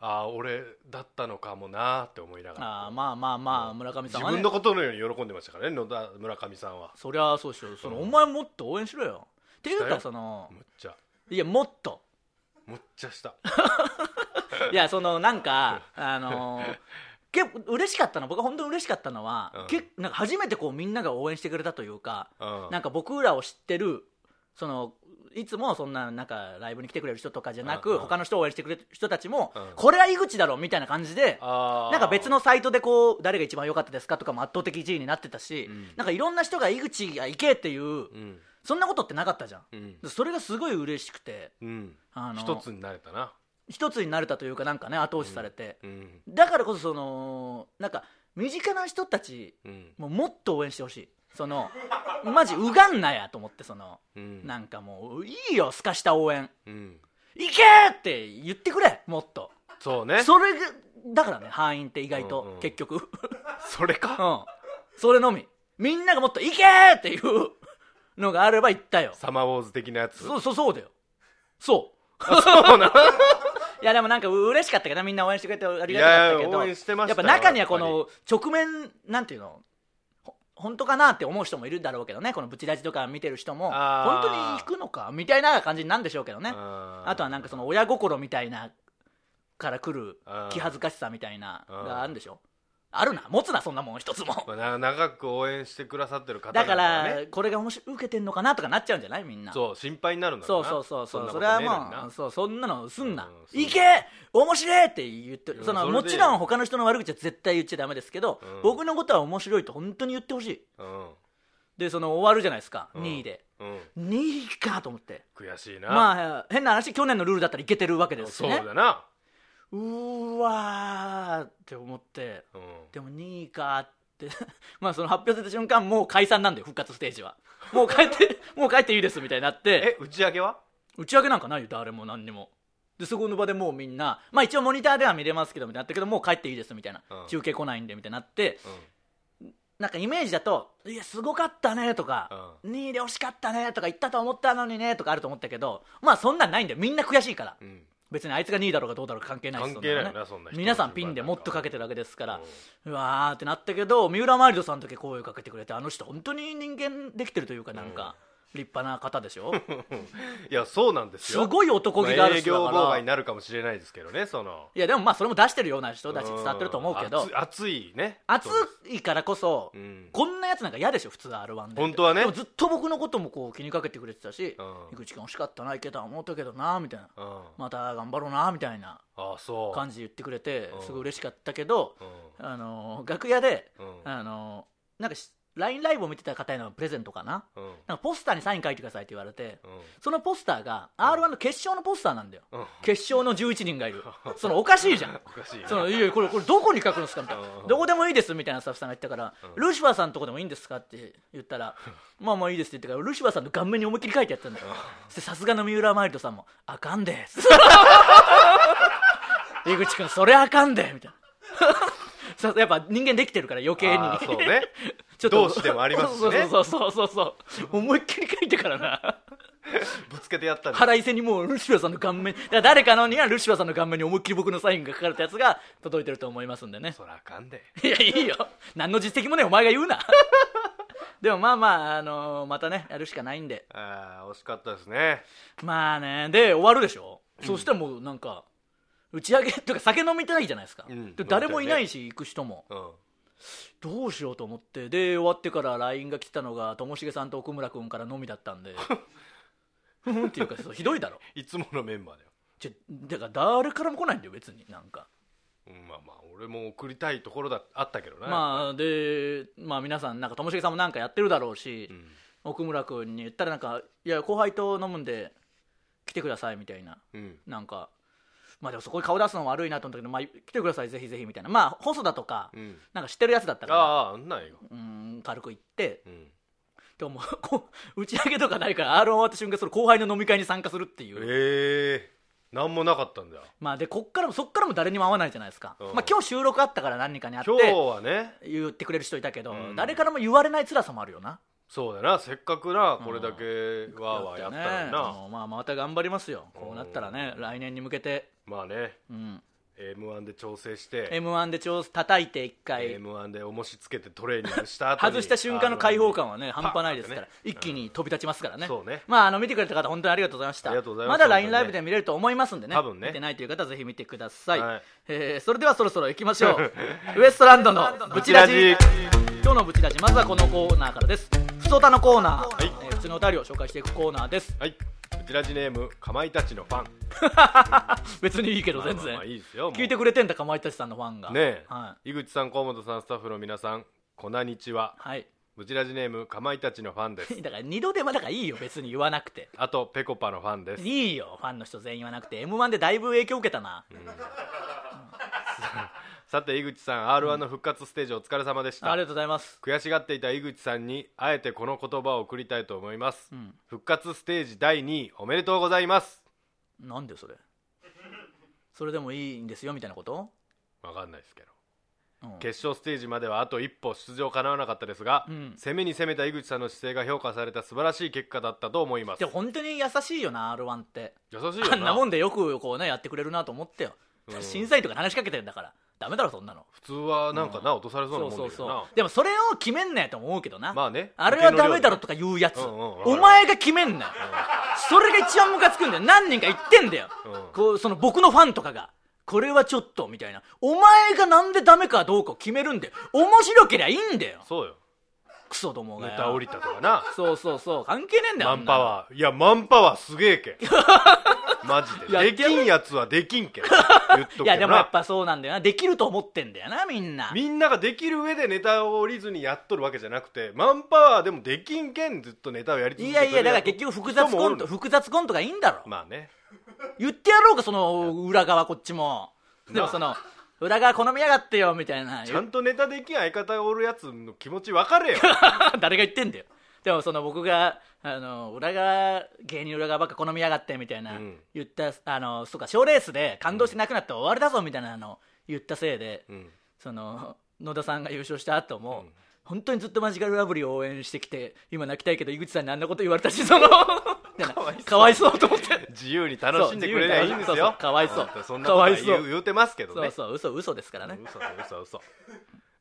Speaker 3: ああ俺だったのかもなーって思いながら
Speaker 2: あーまあまあまあ村上さ
Speaker 3: 自
Speaker 2: んはね
Speaker 3: 分のことのように喜んでましたからね野田村上さんは
Speaker 2: そりゃそうでしょその、
Speaker 3: うん
Speaker 2: お前もっと応援しろよっていう
Speaker 3: した
Speaker 2: か
Speaker 3: よ
Speaker 2: その
Speaker 3: むっちゃ
Speaker 2: いやもっと
Speaker 3: むっちゃした
Speaker 2: いやそのなん かあのー結構嬉しかったの僕は本当に嬉しかったのは、
Speaker 3: うん
Speaker 2: けなんか初めてこうみんなが応援してくれたというか、
Speaker 3: うん
Speaker 2: なんか僕らを知ってるそのいつもそんななんかライブに来てくれる人とかじゃな
Speaker 3: うん
Speaker 2: く
Speaker 3: うん
Speaker 2: 他の人を応援してくれる人たちも
Speaker 3: うん
Speaker 2: これは井口だろみたいな感じで
Speaker 3: あー
Speaker 2: なんか別のサイトでこう誰が一番良かったですかとかも圧倒的1位になってたし
Speaker 3: うん
Speaker 2: なんかいろんな人が井口が行けっていう
Speaker 3: うん
Speaker 2: そんなことってなかったじゃん
Speaker 3: うん
Speaker 2: でそれがすごい嬉しくて
Speaker 3: うん
Speaker 2: あの
Speaker 3: 一つになれたな
Speaker 2: 一つになれたというかなんかね後押しされて
Speaker 3: うん
Speaker 2: だからこそそのなんか身近な人たち
Speaker 3: うん
Speaker 2: ももっと応援してほしいそのマジうがんなやと思ってその。
Speaker 3: うん
Speaker 2: なんかもういいよすかした応援
Speaker 3: うん
Speaker 2: いけーって言ってくれもっと
Speaker 3: そうね
Speaker 2: それだからね敗因って意外
Speaker 3: うんう
Speaker 2: と
Speaker 3: ん
Speaker 2: 結局 うん
Speaker 3: それか
Speaker 2: それのみみんながもっと「いけ!」っていうのがあれば行ったよ
Speaker 3: サマーウォーズ的なやつ
Speaker 2: そうそうそうだよそう
Speaker 3: そうなん
Speaker 2: いやでもなんか嬉しかったけどみんな応援してくれてありがたかったけ
Speaker 3: いや
Speaker 2: ど
Speaker 3: 応援してました
Speaker 2: やっぱ
Speaker 3: よ
Speaker 2: 中にはこの直面なんていうのほ本当かなって思う人もいるだろうけどねこのブチラジとか見てる人も
Speaker 3: あ
Speaker 2: 本
Speaker 3: ー
Speaker 2: 当に行くのかみたいな感じなんでしょうけどね
Speaker 3: あ
Speaker 2: あとはなんかその親心みたいなから来る
Speaker 3: あー
Speaker 2: 気恥ずかしさみたいな
Speaker 3: あー
Speaker 2: があるんでしょあるな持つなそんなもん一つも
Speaker 3: まあな長く応援してくださってる方
Speaker 2: だか
Speaker 3: 々は
Speaker 2: ら
Speaker 3: ね
Speaker 2: これが面白い受けてんのかなとかなっちゃうんじゃないみんな
Speaker 3: そう心配になるんだ
Speaker 2: そうう
Speaker 3: ろな
Speaker 2: そうそうそうそ
Speaker 3: ん
Speaker 2: れ
Speaker 3: なこと
Speaker 2: は
Speaker 3: ねえのにな
Speaker 2: もうそうそんなのすんな
Speaker 3: うん
Speaker 2: 「
Speaker 3: そう
Speaker 2: いけ面白い!」って言って
Speaker 3: うん
Speaker 2: その
Speaker 3: それで
Speaker 2: もちろん他の人の悪口は絶対言っちゃダメですけど、
Speaker 3: うん
Speaker 2: 僕のことは面白いと本当に言ってほしい
Speaker 3: うん
Speaker 2: でその終わるじゃないですか、
Speaker 3: うん
Speaker 2: 2位で
Speaker 3: うん
Speaker 2: 2位かと思って
Speaker 3: 悔しいな
Speaker 2: まあ変な話去年のルールだったらいけてるわけですし
Speaker 3: そう
Speaker 2: ね
Speaker 3: だな
Speaker 2: うーわーって思って
Speaker 3: うん
Speaker 2: でも2位かって まあその発表された瞬間もう解散なんで復活ステージはもう帰って もう帰っていいですみたいになって
Speaker 3: え打ち上げは
Speaker 2: 打ち上げなんかないよ誰も何にもでそこの場でもうみんなまあ一応モニターでは見れますけどみたいになったけどもう帰っていいですみたいな、
Speaker 3: うん
Speaker 2: 中継来ないんでみたいになって
Speaker 3: うん
Speaker 2: なんかイメージだと「いやすごかったね」とか、2位で惜しかったね」とか「行ったと思ったのにね」とかあると思ったけどまあそんなんないんだよみんな悔しいから
Speaker 3: うん
Speaker 2: 別にあいつが2位だろうがどうだろうが関係ないです
Speaker 3: 関係ないよなそんな人
Speaker 2: 皆さんピンでもっとかけてるわけですから
Speaker 3: うん
Speaker 2: うわーってなったけど三浦マイルドさんだけ声をかけてくれてあの人本当に人間できてるというかなんか、立派な方で しょ
Speaker 3: いやそうなんです
Speaker 2: す
Speaker 3: よ
Speaker 2: ごい男気がある
Speaker 3: 営
Speaker 2: 人
Speaker 3: 業
Speaker 2: だから
Speaker 3: 妨害になるかもしれないですけどねその
Speaker 2: いやでもまあそれも出してるような人だし伝わってると思うけど
Speaker 3: ん熱い熱いね
Speaker 2: 熱
Speaker 3: そう
Speaker 2: いからこそ、
Speaker 3: うん
Speaker 2: こんなやつなんか嫌でしょ普通 r 1で
Speaker 3: 本当はね
Speaker 2: でもずっと僕のこともこう気にかけてくれてたし
Speaker 3: うん
Speaker 2: 井口君惜しかったないけた思ったけどなみたいな
Speaker 3: うん
Speaker 2: また頑張ろうなみたいな
Speaker 3: あそう
Speaker 2: 感じで言ってくれて
Speaker 3: うん
Speaker 2: すごい嬉しかったけど
Speaker 3: うん
Speaker 2: あのー楽屋で
Speaker 3: うん
Speaker 2: あのーなんかし LINE ライブを見てた方へのプレゼントかな
Speaker 3: うんうん
Speaker 2: なんかポスターにサイン書いてくださいって言われて
Speaker 3: うん
Speaker 2: そのポスターが r 1の決勝のポスターなんだよ
Speaker 3: うん
Speaker 2: 決勝の11人がいるそのおかしいじゃん
Speaker 3: おかしいね
Speaker 2: そのいやいやこれこれどこに書くんですかみたいな
Speaker 3: うん
Speaker 2: どこでもいいですみたいなスタッフさんが言ったから、ルシファーさんのとこでもいいんですかって言った らまあまあいいですって言ったからルシファーさんの顔面に思いっきり書いてやったんだよそしてさすがの三浦マイルドさんも「あかんで」 井口君それあかんで」みたいな さやっぱ人間できてるから余計に
Speaker 3: あーそうね
Speaker 2: ちょっと
Speaker 3: 同志でもありますしね
Speaker 2: そうそうそうそうそう思いっきり書いてからな
Speaker 3: ぶつけてやったんだ
Speaker 2: 腹いせにもうルシファーさんの顔面だから誰かのにはルシファーさんの顔面に思いっきり僕のサインが書かれたやつが届いてると思いますんでね
Speaker 3: そらあかんで
Speaker 2: いやいいよ何の実績もねえお前が言う なでもまあまあ、あのーまたねやるしかないんで
Speaker 3: あー惜しかったですね
Speaker 2: まあねで終わるでしょ、そしたらもうなんか打ち上げ とか酒飲みてないじゃないですか、
Speaker 3: うん
Speaker 2: で誰もいないし、行く人も
Speaker 3: うん
Speaker 2: どうしようと思ってで終わってから LINE が来たのがともしげさんと奥村君からのみだったん でふんっていうかそうひどいだろ
Speaker 3: いつものメンバーだよ
Speaker 2: ちょだから誰からも来ないんだよ別になんか
Speaker 3: うんまあまあ俺も送りたいところだあったけどね
Speaker 2: まあでまあ皆さんなんかともしげさんもなんかやってるだろうし、
Speaker 3: うん
Speaker 2: 奥村君に言ったらなんかいや後輩と飲むんで来てくださいみたいな
Speaker 3: うん
Speaker 2: なんかまあでもそこに顔出すの悪いなと思ったけど、まあ、来てくださいぜひぜひみたいなまあ細田とか、
Speaker 3: うん
Speaker 2: なんか知ってるやつだったから
Speaker 3: あーあんなんよ
Speaker 2: うん軽く行って
Speaker 3: うん
Speaker 2: でももうこう打ち上げとかないから R 終わった瞬間その後輩の飲み会に参加するっていう、
Speaker 3: ええ何もなかったんだよ
Speaker 2: まあでこっからもそっからも誰にも会わないじゃないですか、
Speaker 3: うん
Speaker 2: まあ今日収録あったから何人かに会っ
Speaker 3: 今日
Speaker 2: て
Speaker 3: はね
Speaker 2: 言ってくれる人いたけど、
Speaker 3: うん
Speaker 2: 誰からも言われない辛さもあるよな
Speaker 3: そうだなせっかくなこれだけわーわーやったら
Speaker 2: ね
Speaker 3: な、
Speaker 2: もうまあまた頑張りますよこうなったらね来年に向けて
Speaker 3: まあね
Speaker 2: うん、
Speaker 3: m 1で調整して
Speaker 2: m 1で調子叩いて1回
Speaker 3: m 1で重しつけてトレーニングした後に
Speaker 2: 外した瞬間の解放感はね
Speaker 3: パ
Speaker 2: 半
Speaker 3: ン
Speaker 2: 端ないですから、
Speaker 3: パンってね
Speaker 2: 一気に飛び立ちますからね,、
Speaker 3: そうね
Speaker 2: まああの見てくれた方本当にありがとうございました
Speaker 3: ありがとうございま
Speaker 2: ま
Speaker 3: す
Speaker 2: だ LINE ライブで見れると思いますんでね
Speaker 3: 多分ね
Speaker 2: 見てないという方はぜひ見てください、
Speaker 3: はい
Speaker 2: えーそれではそろそろ行きましょ うウエストランドのブチラジ
Speaker 3: ブチラジ
Speaker 2: 今日のブチラジまずはこのコーナーからですふそたのコーナー、
Speaker 3: い
Speaker 2: えー普通のお便りを紹介していくコーナーです
Speaker 3: はいうちらじネームかまいたちのファン
Speaker 2: 別にいいけど全然、
Speaker 3: まあまあまあいいですよもう
Speaker 2: 聞いてくれてんだかまいたちさんのファンが
Speaker 3: ねえ、
Speaker 2: は、
Speaker 3: 井口さん河本さんスタッフの皆さんこんにちはい
Speaker 2: はい、
Speaker 3: うちらじネームかまいたちのファンです
Speaker 2: だから二度でもだからいいよ別に言わなくて
Speaker 3: あとぺこぱのファンです
Speaker 2: いいよファンの人全員言わなくて m 1でだいぶ影響受けたな、
Speaker 3: さて井口さん r 1の復活ステージお疲れ様でした、
Speaker 2: ありがとうございます
Speaker 3: 悔しがっていた井口さんにあえてこの言葉を送りたいと思います、復活ステージ第2位おめでとうございます
Speaker 2: なんでそれそれでもいいんですよみたいなこと
Speaker 3: 分かんないですけど
Speaker 2: うん
Speaker 3: 決勝ステージまではあと一歩出場かなわなかったですが、
Speaker 2: うん
Speaker 3: 攻めに攻めた井口さんの姿勢が評価された素晴らしい結果だったと思います
Speaker 2: でも本当に優しいよな R1 って
Speaker 3: 優しい よな
Speaker 2: あんなもんでよくこうねやってくれるなと思ってよ、
Speaker 3: うん
Speaker 2: 審査員とかに話しかけてんだからダメだろそんなの
Speaker 3: 普通はなんかな、落とされそうなもんだけどな
Speaker 2: でもそれを決めんなやと思うけどな、
Speaker 3: まあね
Speaker 2: あれはダメだろとか言うやつ、
Speaker 3: うんうんわかる
Speaker 2: お前が決めんなよ、それが一番ムカつくんだよ何人か言ってんだよ、
Speaker 3: うん
Speaker 2: こうその僕のファンとかがこれはちょっとみたいなお前がなんでダメかどうかを決めるんだよ面白けりゃいいんだよ
Speaker 3: そうよ
Speaker 2: クソどもが
Speaker 3: ネ
Speaker 2: よ
Speaker 3: タ降りたとかな
Speaker 2: そうそうそう関係ねえんだよ
Speaker 3: マ
Speaker 2: あん
Speaker 3: ン
Speaker 2: なの
Speaker 3: パワーいやマンパワーすげえ けんマジ
Speaker 2: や
Speaker 3: でできんやつはできんけん言っとくけど
Speaker 2: い
Speaker 3: な
Speaker 2: やでもやっぱそうなんだよなできると思ってんだよなみんな
Speaker 3: みんなができる上でネタを降りずにやっとるわけじゃなくてマンパワーでもできんけんずっとネタをやり続
Speaker 2: い
Speaker 3: けて
Speaker 2: や
Speaker 3: る
Speaker 2: いやだから結局複雑コント
Speaker 3: 人も
Speaker 2: 複雑コントがいいんだろ
Speaker 3: おるまあね
Speaker 2: 言ってやろうかその裏側こっちもでもその裏側好みやがってよみたいな
Speaker 3: ちゃんとネタできん相方がおるやつの気持ち分か れよ
Speaker 2: 誰が言ってんだよでもその僕があの裏側芸人裏側ばっか好みやがってみたいな、
Speaker 3: うん
Speaker 2: 言ったあのそうか賞ーレースで感動してなくなって終わりだぞみたいなのを言ったせいで、
Speaker 3: うん
Speaker 2: その野田さんが優勝した後も、本当にずっとマジカルラブリーを応援してきて今泣きたいけど井口さんにあんなこと言われたし そのかわいそうかわいそうと思って
Speaker 3: 自由に楽しんでくれりゃいいんです
Speaker 2: そうそう
Speaker 3: よ
Speaker 2: かわいそう
Speaker 3: 本当そんなことは言う
Speaker 2: かわいそう
Speaker 3: 言うてますけ ど
Speaker 2: そう
Speaker 3: ね
Speaker 2: そう嘘嘘ですからね
Speaker 3: 嘘だ嘘嘘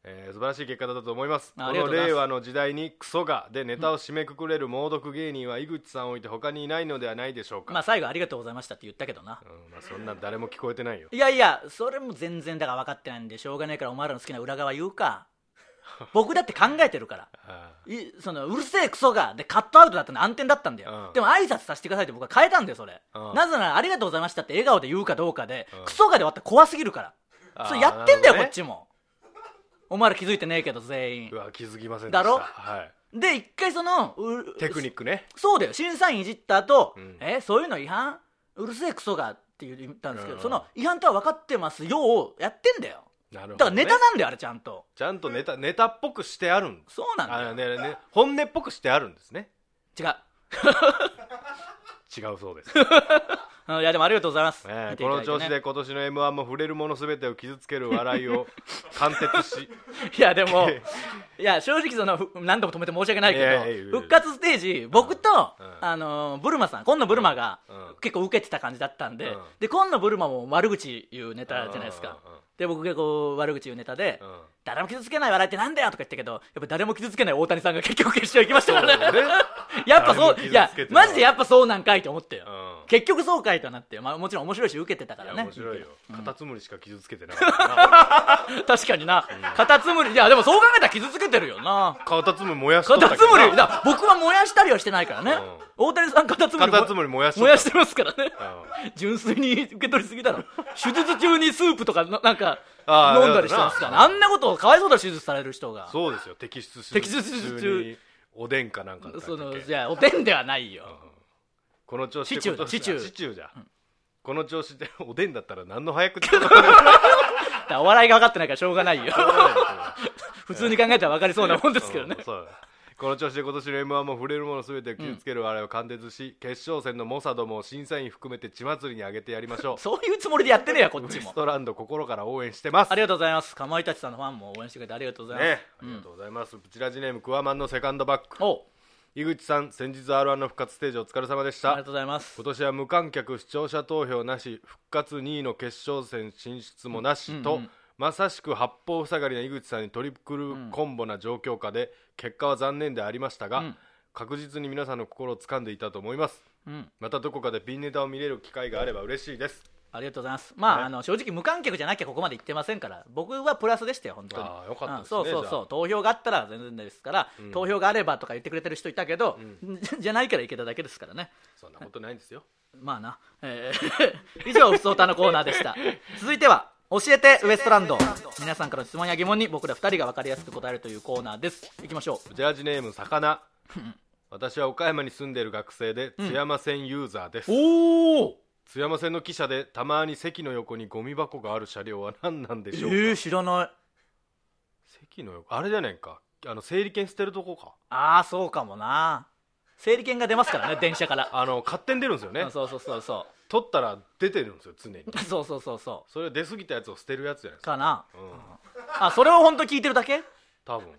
Speaker 3: えー素晴らしい結果だったと思います
Speaker 2: ああ
Speaker 3: こ
Speaker 2: りがと
Speaker 3: の
Speaker 2: うございます
Speaker 3: 令和の時代にクソがでネタを締めくくれる猛毒芸人は井口さんを置いて他にいないのではないでしょうか、
Speaker 2: まあ最後ありがとうございましたって言ったけどな、
Speaker 3: うんまあ、そんなん誰も聞こえてないよ
Speaker 2: いやいやそれも全然だから分かってないんでしょうがないからお前らの好きな裏側言う か僕だって考えてるから
Speaker 3: あ
Speaker 2: いそのうるせえクソがでカットアウトだったの暗転だったんだよ、
Speaker 3: うん
Speaker 2: でも挨拶させてくださいって僕は変えたんだよそれ、
Speaker 3: うん
Speaker 2: なぜならありがとうございましたって笑顔で言うかどうかで、
Speaker 3: うん
Speaker 2: クソがで終わったら怖すぎるから
Speaker 3: あー
Speaker 2: それやってんだよ、
Speaker 3: なるほどね
Speaker 2: こっちもお前ら気づいてねえけど全員
Speaker 3: うわ気づきませんでし
Speaker 2: だ
Speaker 3: た
Speaker 2: ろ
Speaker 3: はい、
Speaker 2: で一回そのう
Speaker 3: テクニックね
Speaker 2: そうだよ審査員いじった後、
Speaker 3: うん
Speaker 2: えそういうの違反うるせえクソがって言ったんですけど、
Speaker 3: うん
Speaker 2: その違反とは分かってますよをやってんだよ
Speaker 3: なるほど、ね
Speaker 2: だ、からネタなんだよあれちゃんと
Speaker 3: ちゃんとネタネタっぽくしてあるん
Speaker 2: そうなんだ
Speaker 3: あ
Speaker 2: よ
Speaker 3: の、ねね、本音っぽくしてあるんですね
Speaker 2: 違う
Speaker 3: 違うそうです、
Speaker 2: うんいやでもありがとうございます、
Speaker 3: え
Speaker 2: 見
Speaker 3: え
Speaker 2: てい
Speaker 3: こ
Speaker 2: ただ
Speaker 3: の
Speaker 2: いてね
Speaker 3: 調子で今年の m 1も触れるもの全てを傷つける笑いを貫 徹し
Speaker 2: いやで もいや正直そのふ何度も止めて申し訳ないけど
Speaker 3: いやいやいやいや
Speaker 2: 復活ステージ僕と、
Speaker 3: うん
Speaker 2: あのーブルマさん今野ブルマが、
Speaker 3: うん
Speaker 2: 結構受けてた感じだったんで、
Speaker 3: うん
Speaker 2: で今野ブルマも悪口言うネタじゃないですか、
Speaker 3: うんうんうん
Speaker 2: で僕がこう悪口言うネタで、
Speaker 3: うん
Speaker 2: 誰も傷つけない笑いってなんだよとか言ったけどやっぱ誰も傷つけない大谷さんが結局決勝行きましたから
Speaker 3: そう
Speaker 2: ね
Speaker 3: ね
Speaker 2: やっぱそう
Speaker 3: 誰も傷つけてない
Speaker 2: いやマジでやっぱそうなんかいと思ったよ、
Speaker 3: うん
Speaker 2: 結局そうかいとなって、まあ、もちろん面白いし受けてたか
Speaker 3: い
Speaker 2: ら
Speaker 3: や
Speaker 2: ね
Speaker 3: 面白いよカタツムリしか傷つけてなかったから な
Speaker 2: 確かにな、カタツムリいやでもそう考えたら傷つけてるよな
Speaker 3: カタツムリ燃やし
Speaker 2: カ
Speaker 3: とった
Speaker 2: タ
Speaker 3: け
Speaker 2: ツ
Speaker 3: ど
Speaker 2: ム
Speaker 3: な
Speaker 2: リだ僕は燃やしたりはしてないからね、大谷さんカタツムリ
Speaker 3: カタツムリ燃やしとっ
Speaker 2: 燃
Speaker 3: た
Speaker 2: やしてますからね、
Speaker 3: う
Speaker 2: 純粋に受け取りすぎだろ手術中にスープとかななんか
Speaker 3: あー
Speaker 2: 飲んだりしてますからねあんなことかわいそうだろ手術される人が
Speaker 3: そうですよ摘出手
Speaker 2: 摘出手術中
Speaker 3: におでんかなんかだったっけ
Speaker 2: そのじゃあおでんではないよ、
Speaker 3: この調子で
Speaker 2: シチューだ
Speaker 3: 今年
Speaker 2: シチュー
Speaker 3: あシチューじゃ、この調子で おでんだったら何の早口
Speaker 2: だからお笑いが分かってないからしょうがないよ 普通に考えたら分かりそうなもんですけどね
Speaker 3: うんそうこの調子で今年の m 1も触れるもの全てを傷つける我々を貫徹し、決勝戦の猛者どもを審査員含めて血祭りに上げてやりましょう
Speaker 2: そういうつもりでやってねえやこっち
Speaker 3: ウエ ス
Speaker 2: も
Speaker 3: トランド心から応援してます
Speaker 2: ありがとうございますかまいたちさんのファンも応援してくれてありがとうございます、
Speaker 3: ね、ありがとうございますプチラジネームクワマンのセカンドバック
Speaker 2: おう
Speaker 3: 井口さん先日 r 1の復活ステージお疲れ様でし
Speaker 2: ありが
Speaker 3: た
Speaker 2: とうございます
Speaker 3: 今年は無観客視聴者投票なし復活2位の決勝戦進出もなしと、まさしく八方塞がりな井口さんにトリプルコンボな状況下で、結果は残念でありましたが、確実に皆さんの心を掴んでいたと思います、
Speaker 2: ん
Speaker 3: またどこかでピンネタを見れる機会があれば嬉しいです
Speaker 2: ありがとうございます。まあ、
Speaker 3: ね
Speaker 2: あの正直無観客じゃなきゃここまで行ってませんから、僕はプラスでしたよ本当に。
Speaker 3: あーよかったですね
Speaker 2: うんそうそう
Speaker 3: じゃ
Speaker 2: そう。
Speaker 3: あ
Speaker 2: 投票があったら全然ですから、投票があればとか言ってくれてる人いたけど、 じゃないからいけただけですからね。
Speaker 3: そんなことないんですよ
Speaker 2: まあな。えー 以上不相たのコーナーでした。続いては。教えてウエストランド皆さんからの質問や疑問に僕ら2人が分かりやすく答えるというコーナーですいきましょ
Speaker 3: ジャージネーム魚私は岡山に住んでいる学生で津山線ユーザーです、
Speaker 2: うおお
Speaker 3: 津山線の汽車でたまに席の横にゴミ箱がある車両は何なんで
Speaker 2: え
Speaker 3: しょうか、
Speaker 2: ー、知らない
Speaker 3: 席の横あれじゃねんかあの整理券捨てるとこか
Speaker 2: ああそうかもな整理券が出ますからね電車から
Speaker 3: あの勝手に出るんですよね
Speaker 2: うんそうそうそうそ
Speaker 3: 取ったら出てるんですよ常に
Speaker 2: う そうそうそうそ
Speaker 3: それ出過ぎたやつを捨てるやつじゃないうですか
Speaker 2: かな
Speaker 3: うん
Speaker 2: あそれを本当聞いてるだけ
Speaker 3: 多分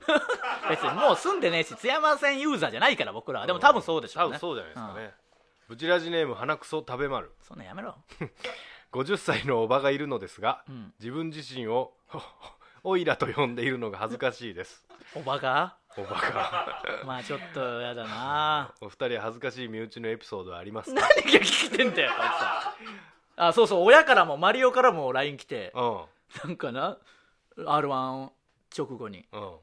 Speaker 2: 別にもう住んでねえし津山線ユーザーじゃないから僕ら はでも多分そうでしょう
Speaker 3: 多
Speaker 2: ね
Speaker 3: 分そうじゃないですかねブチラジネーム花くそ食べ丸
Speaker 2: そんなんやめろ
Speaker 3: 50歳のおばがいるのですが、
Speaker 2: ん
Speaker 3: 自分自身を オイラと呼んでいるのが恥ずかし いです
Speaker 2: おばが
Speaker 3: おばが
Speaker 2: まあちょっとやだな
Speaker 3: お二人恥ずかしい身内のエピソードはありますか
Speaker 2: 何が聞いてんだよこいつはあそうそう親からもマリオからも LINE 来て
Speaker 3: う
Speaker 2: なんかな r 1直後に
Speaker 3: んうん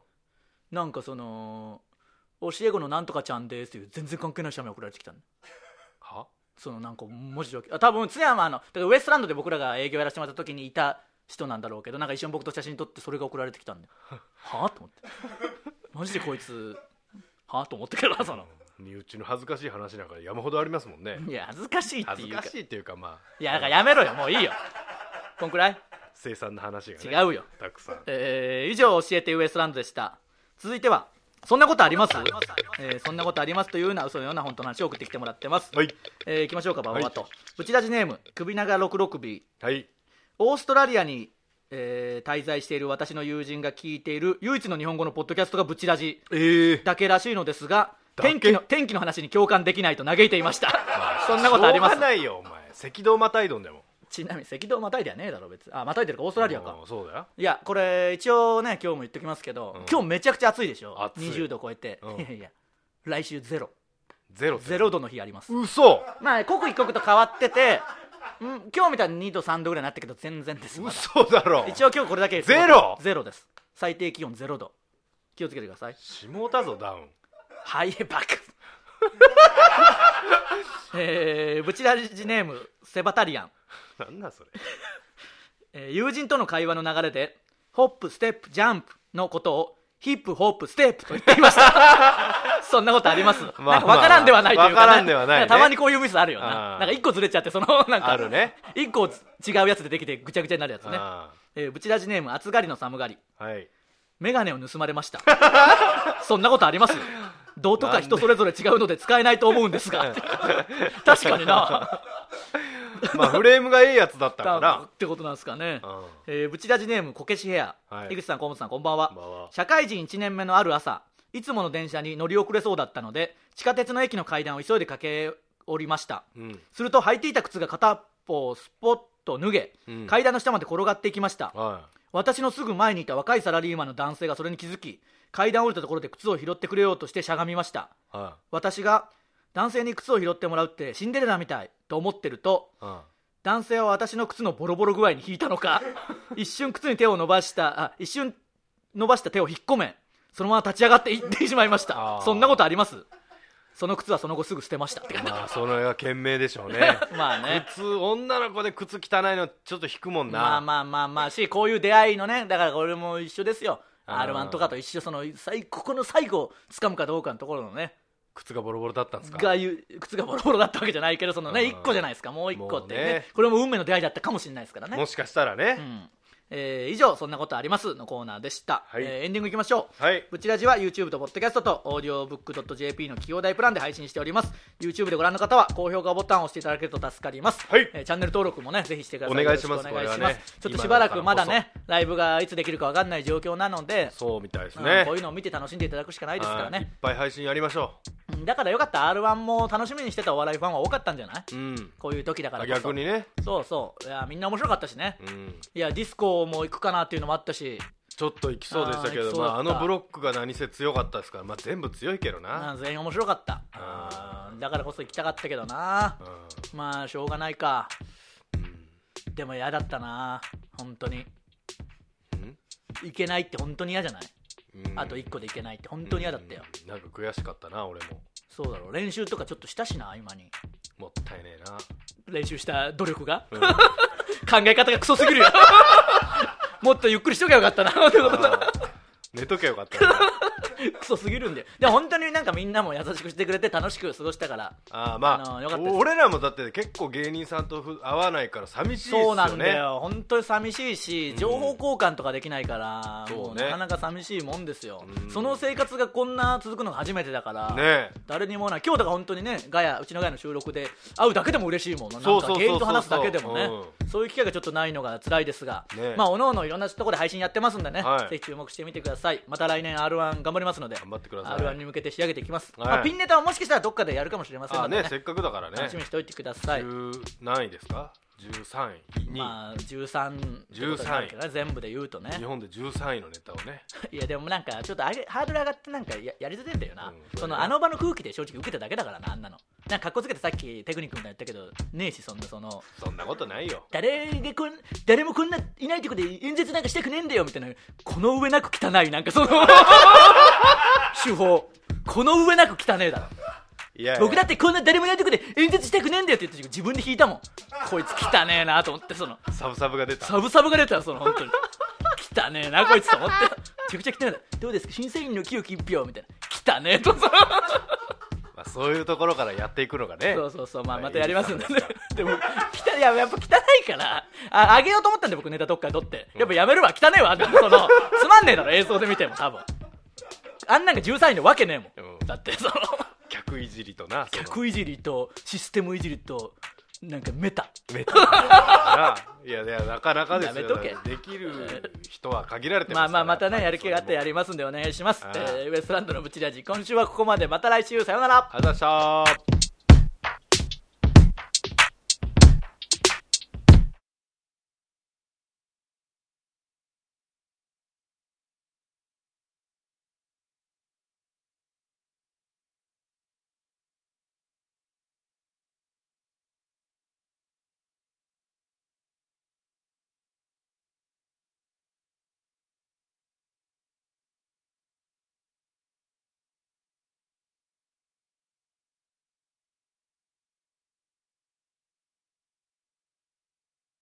Speaker 2: なんかその教え子のなんとかちゃんですっていう全然関係ない写メ送られてきたの
Speaker 3: は
Speaker 2: そのなんか文字だけあ多分津山のだからウエストランドで僕らが営業やらせてもらった時にいた人なんだろうけどなんか一緒に僕と写真撮ってそれが送られてきたんで はあと思ってマジでこいつはあと思ったけどなその
Speaker 3: 身内の恥ずかしい話なんか山ほどありますもんね
Speaker 2: いや恥ずか しいって
Speaker 3: 恥
Speaker 2: い
Speaker 3: ず
Speaker 2: うか
Speaker 3: かしいっていうかまあ
Speaker 2: いやだからやめろよもういいよこんくらい
Speaker 3: 凄惨な話がね
Speaker 2: 違うよ
Speaker 3: たくさん
Speaker 2: えー以上教えてウエストランドでした続いてはそんなことありますえーそんなことありますというような嘘のような本当の話を送ってきてもらってます、
Speaker 3: はい
Speaker 2: えー行きましょうかバババッと、
Speaker 3: は
Speaker 2: ブチラジネーム首長六六 B
Speaker 3: はい
Speaker 2: オーストラリアに、えー滞在している私の友人が聞いている唯一の日本語のポッドキャストがブチラジ
Speaker 3: ええ
Speaker 2: だけらしいのですが
Speaker 3: だけ
Speaker 2: 天気の天気の話に共感できないと嘆いていました、そんなことありま
Speaker 3: し
Speaker 2: す
Speaker 3: ょうがないよお前赤道またいどんでも
Speaker 2: ちなみに赤道またいではねえだろ別にあまたいでるかオーストラリアか
Speaker 3: うんそうだよ
Speaker 2: いやこれ一応ね今日も言ってきますけど、
Speaker 3: うん
Speaker 2: 今日めちゃくちゃ暑いでしょ
Speaker 3: 暑い
Speaker 2: 20度超えて、
Speaker 3: うん
Speaker 2: いやいや来週ゼロ
Speaker 3: ゼロ
Speaker 2: ゼロ度の日あります、
Speaker 3: 嘘
Speaker 2: まあ刻一刻と変わってて うん今日みたいに2度3度ぐらいになったけど全然ですまだ
Speaker 3: 嘘だろ
Speaker 2: 一応今日これだけ
Speaker 3: ゼロ
Speaker 2: ゼロです最低気温ゼロ度気をつけてください
Speaker 3: 下だぞダウン
Speaker 2: ハイエバッ クえー、ブチラジネームセバタリアン
Speaker 3: なんだそれ
Speaker 2: えー友人との会話の流れでホップステップジャンプのことをヒップホップステップと言っていました そんなことあります、
Speaker 3: あまあ
Speaker 2: なんか分からんではないというか、
Speaker 3: わからんではないね
Speaker 2: んかたまにこういうミスあるよ
Speaker 3: あ
Speaker 2: な
Speaker 3: ー
Speaker 2: なんか一個ずれちゃってそ のなんか
Speaker 3: あるね
Speaker 2: 一個違うやつでできてぐちゃぐちゃになるやつね、
Speaker 3: あ
Speaker 2: えーブチラジネーム暑がりの寒がり
Speaker 3: あはい
Speaker 2: メガネを盗まれました そんなことあります度とか人それぞれ違うので使えないと思うんです が確かにな
Speaker 3: まあフレームがええやつだったか
Speaker 2: っ
Speaker 3: ら
Speaker 2: てことなんですかね、
Speaker 3: うん
Speaker 2: えーブチラジネームこけしヘア、
Speaker 3: はい
Speaker 2: 井口さん河本さんこんばんは
Speaker 3: こんばんは
Speaker 2: 社会人1年目のある朝いつもの電車に乗り遅れそうだったので地下鉄の駅の階段を急いで駆け下りました
Speaker 3: うん
Speaker 2: すると履いていた靴が片っぽをスポッと脱げ、
Speaker 3: うん
Speaker 2: 階段の下まで転がっていきました
Speaker 3: は
Speaker 2: 私のすぐ前にいた若いサラリーマンの男性がそれに気づき階段を降りたところで靴を拾ってくれようとしてしゃがみました
Speaker 3: いは
Speaker 2: 私が男性に靴を拾ってもらうってシンデレラみたいと思ってると
Speaker 3: いうん
Speaker 2: 男性は私の靴のボロボロ具合に引いたの か一瞬靴に手を伸ばしたあ一瞬伸ばした手を引っ込めそのまま立ち上がって行ってしまいました
Speaker 3: あー
Speaker 2: そんなことありますその靴はその後すぐ捨てましたって感じ
Speaker 3: まあそれが賢明でしょうね
Speaker 2: まあ ね
Speaker 3: 靴女の子で靴汚いのちょっと引くもんな
Speaker 2: まあまあまあまあしこういう出会いのねだから俺も一緒ですよ
Speaker 3: あー
Speaker 2: r 1とかと一緒その最ここの最後をつかむかどうかのところのね
Speaker 3: 靴がボロボロだったんですか
Speaker 2: がゆ靴がボロボロだったわけじゃないけどそのね
Speaker 3: うん
Speaker 2: 一個じゃないですかもう一個ってね
Speaker 3: もうね
Speaker 2: これも運命の出会いだったかもしれないですからね
Speaker 3: もしかしたらね、
Speaker 2: うんえー以上「そんなことあります」のコーナーでした、
Speaker 3: はい
Speaker 2: えーエンディングいきましょう
Speaker 3: はい
Speaker 2: ブチラジは YouTube と Podcast と audiobook.jp の企業大プランで配信しております YouTube でご覧の方は高評価ボタンを押していただけると助かります、
Speaker 3: はい
Speaker 2: えーチャンネル登録もねぜひしてください
Speaker 3: お願いします
Speaker 2: よろくお願いし
Speaker 3: これは
Speaker 2: ます、
Speaker 3: ね
Speaker 2: ちょっとしばらくまだ
Speaker 3: 今だ
Speaker 2: ねライブがいつできるかわかんない状況なので
Speaker 3: そうみたいです
Speaker 2: う
Speaker 3: ね
Speaker 2: んこういうのを見て楽しんでいただくしかないですから
Speaker 3: はいいっ
Speaker 2: ね
Speaker 3: ぱい配信やりましょ
Speaker 2: うんだからよかった r 1も楽しみにしてたお笑いファンは多かったんじゃないう
Speaker 3: うん
Speaker 2: こういう時だからこそ
Speaker 3: 逆にね、
Speaker 2: そうそういやみんな面白かったしね、
Speaker 3: うん、
Speaker 2: いやディスコも行くかなっていうのもあったし
Speaker 3: ちょっと行きそうでしたけど
Speaker 2: あー行きそう
Speaker 3: ま
Speaker 2: だった
Speaker 3: あ、あのブロックが何せ強かったですから、まあ、全部強いけどな、
Speaker 2: うん全員面白かった
Speaker 3: あ
Speaker 2: だからこそ行きたかったけどな
Speaker 3: うん
Speaker 2: まあしょうがないかでも嫌だったな本当に
Speaker 3: ん
Speaker 2: 行けないって本当に嫌じゃない
Speaker 3: うん
Speaker 2: あと1個で行けないって本当に嫌だったよ
Speaker 3: うんなんか悔しかったな俺も
Speaker 2: そうだろう練習とかちょっとしたしな今に
Speaker 3: もったいねえな
Speaker 2: 練習した努力が 考え方がクソすぎる よもっとゆっくりしときゃよかったなってことだ
Speaker 3: あー寝とけよかったな
Speaker 2: クソすぎるんでで本当になんかみんなも優しくしてくれて楽しく過ごしたから
Speaker 3: あーまあ
Speaker 2: あのよかったです
Speaker 3: 俺らもだって結構芸人さんとふ会わないから寂しいです
Speaker 2: そうな
Speaker 3: よ
Speaker 2: んだ
Speaker 3: ね
Speaker 2: よ本当に寂しいし情報交換とかできないから、
Speaker 3: そうね
Speaker 2: もうなかなか寂しいもんですよ、
Speaker 3: うん
Speaker 2: その生活がこんな続くのが初めてだから、
Speaker 3: ね
Speaker 2: 誰にもない今日とか本当にねガヤうちのガヤの収録で会うだけでも嬉しいもんなな
Speaker 3: そ
Speaker 2: ん
Speaker 3: う
Speaker 2: か
Speaker 3: そうそうそう
Speaker 2: 芸人と話すだけでもね
Speaker 3: う
Speaker 2: そういう機会がちょっとないのが辛いですが、
Speaker 3: ね
Speaker 2: まあおのおのいろんなところで配信やってますんでね、
Speaker 3: はい
Speaker 2: ぜひ注目してみてくださいまた来年 r 1頑張りますので
Speaker 3: 頑張ってください
Speaker 2: r 1に向けて仕上げていきます、
Speaker 3: はい
Speaker 2: まあ、ピンネタはもしかしたらどっかでやるかもしれません
Speaker 3: あ
Speaker 2: の
Speaker 3: ー
Speaker 2: で、
Speaker 3: ね
Speaker 2: ね
Speaker 3: せっかくだからね
Speaker 2: 楽しみにしておいてください、
Speaker 3: 10何位ですか13位に、
Speaker 2: まあ13ってことになるけどね全部で言うとね
Speaker 3: 日本で13位のネタをね
Speaker 2: いやでもなんかちょっとあれハードル上がってなんかややりづらいんだよな、
Speaker 3: うん
Speaker 2: そのあの場の空気で正直受けただけだからなあんなのなんかかっこつけてさっきテクニックみたいに言ったけどねえしそんなその
Speaker 3: そんなことないよ
Speaker 2: 誰がこん誰もこんないないとこで演説なんかしたくねえんだよみたいなこの上なく汚いなんか その手法この上なく汚ねえだろ
Speaker 3: いやいや
Speaker 2: 僕だってこんな誰もいないとこで演説したくねえんだよって言って自分で引いたもんこいつ汚ねえなと思ってその
Speaker 3: サブサブが出た
Speaker 2: サブサブが出たよその本当に汚ねえなこいつと思ってめちゃくちゃ汚いどうですか審査員の清き一票みたいな汚ねえ とそう
Speaker 3: まあ、そういうところからやっていくのがね
Speaker 2: そうそうそうまあまたやりますんでね
Speaker 3: いいですか
Speaker 2: でも汚いややっぱ汚いからああげようと思ったんで僕ネタどっかで撮ってやっぱやめるわ汚いわでもそのつまんねえだろ映像で見ても多分あんなんが13位のわけねえもん、
Speaker 3: うん
Speaker 2: だってその
Speaker 3: 客いじりとなその
Speaker 2: 客いじりとシステムいじりとなんかメタ
Speaker 3: メタないやいやなかなかですよ
Speaker 2: やめとけ
Speaker 3: できる人は限られて
Speaker 2: ま
Speaker 3: ま
Speaker 2: あ
Speaker 3: す
Speaker 2: ま
Speaker 3: か
Speaker 2: あ
Speaker 3: ら
Speaker 2: またねや
Speaker 3: っぱ
Speaker 2: る
Speaker 3: り
Speaker 2: 気があってやりますんでお願いします、
Speaker 3: はい
Speaker 2: えーウエストランドのブチラジ今週はここまでまた来週さようなら
Speaker 3: ありがとうございました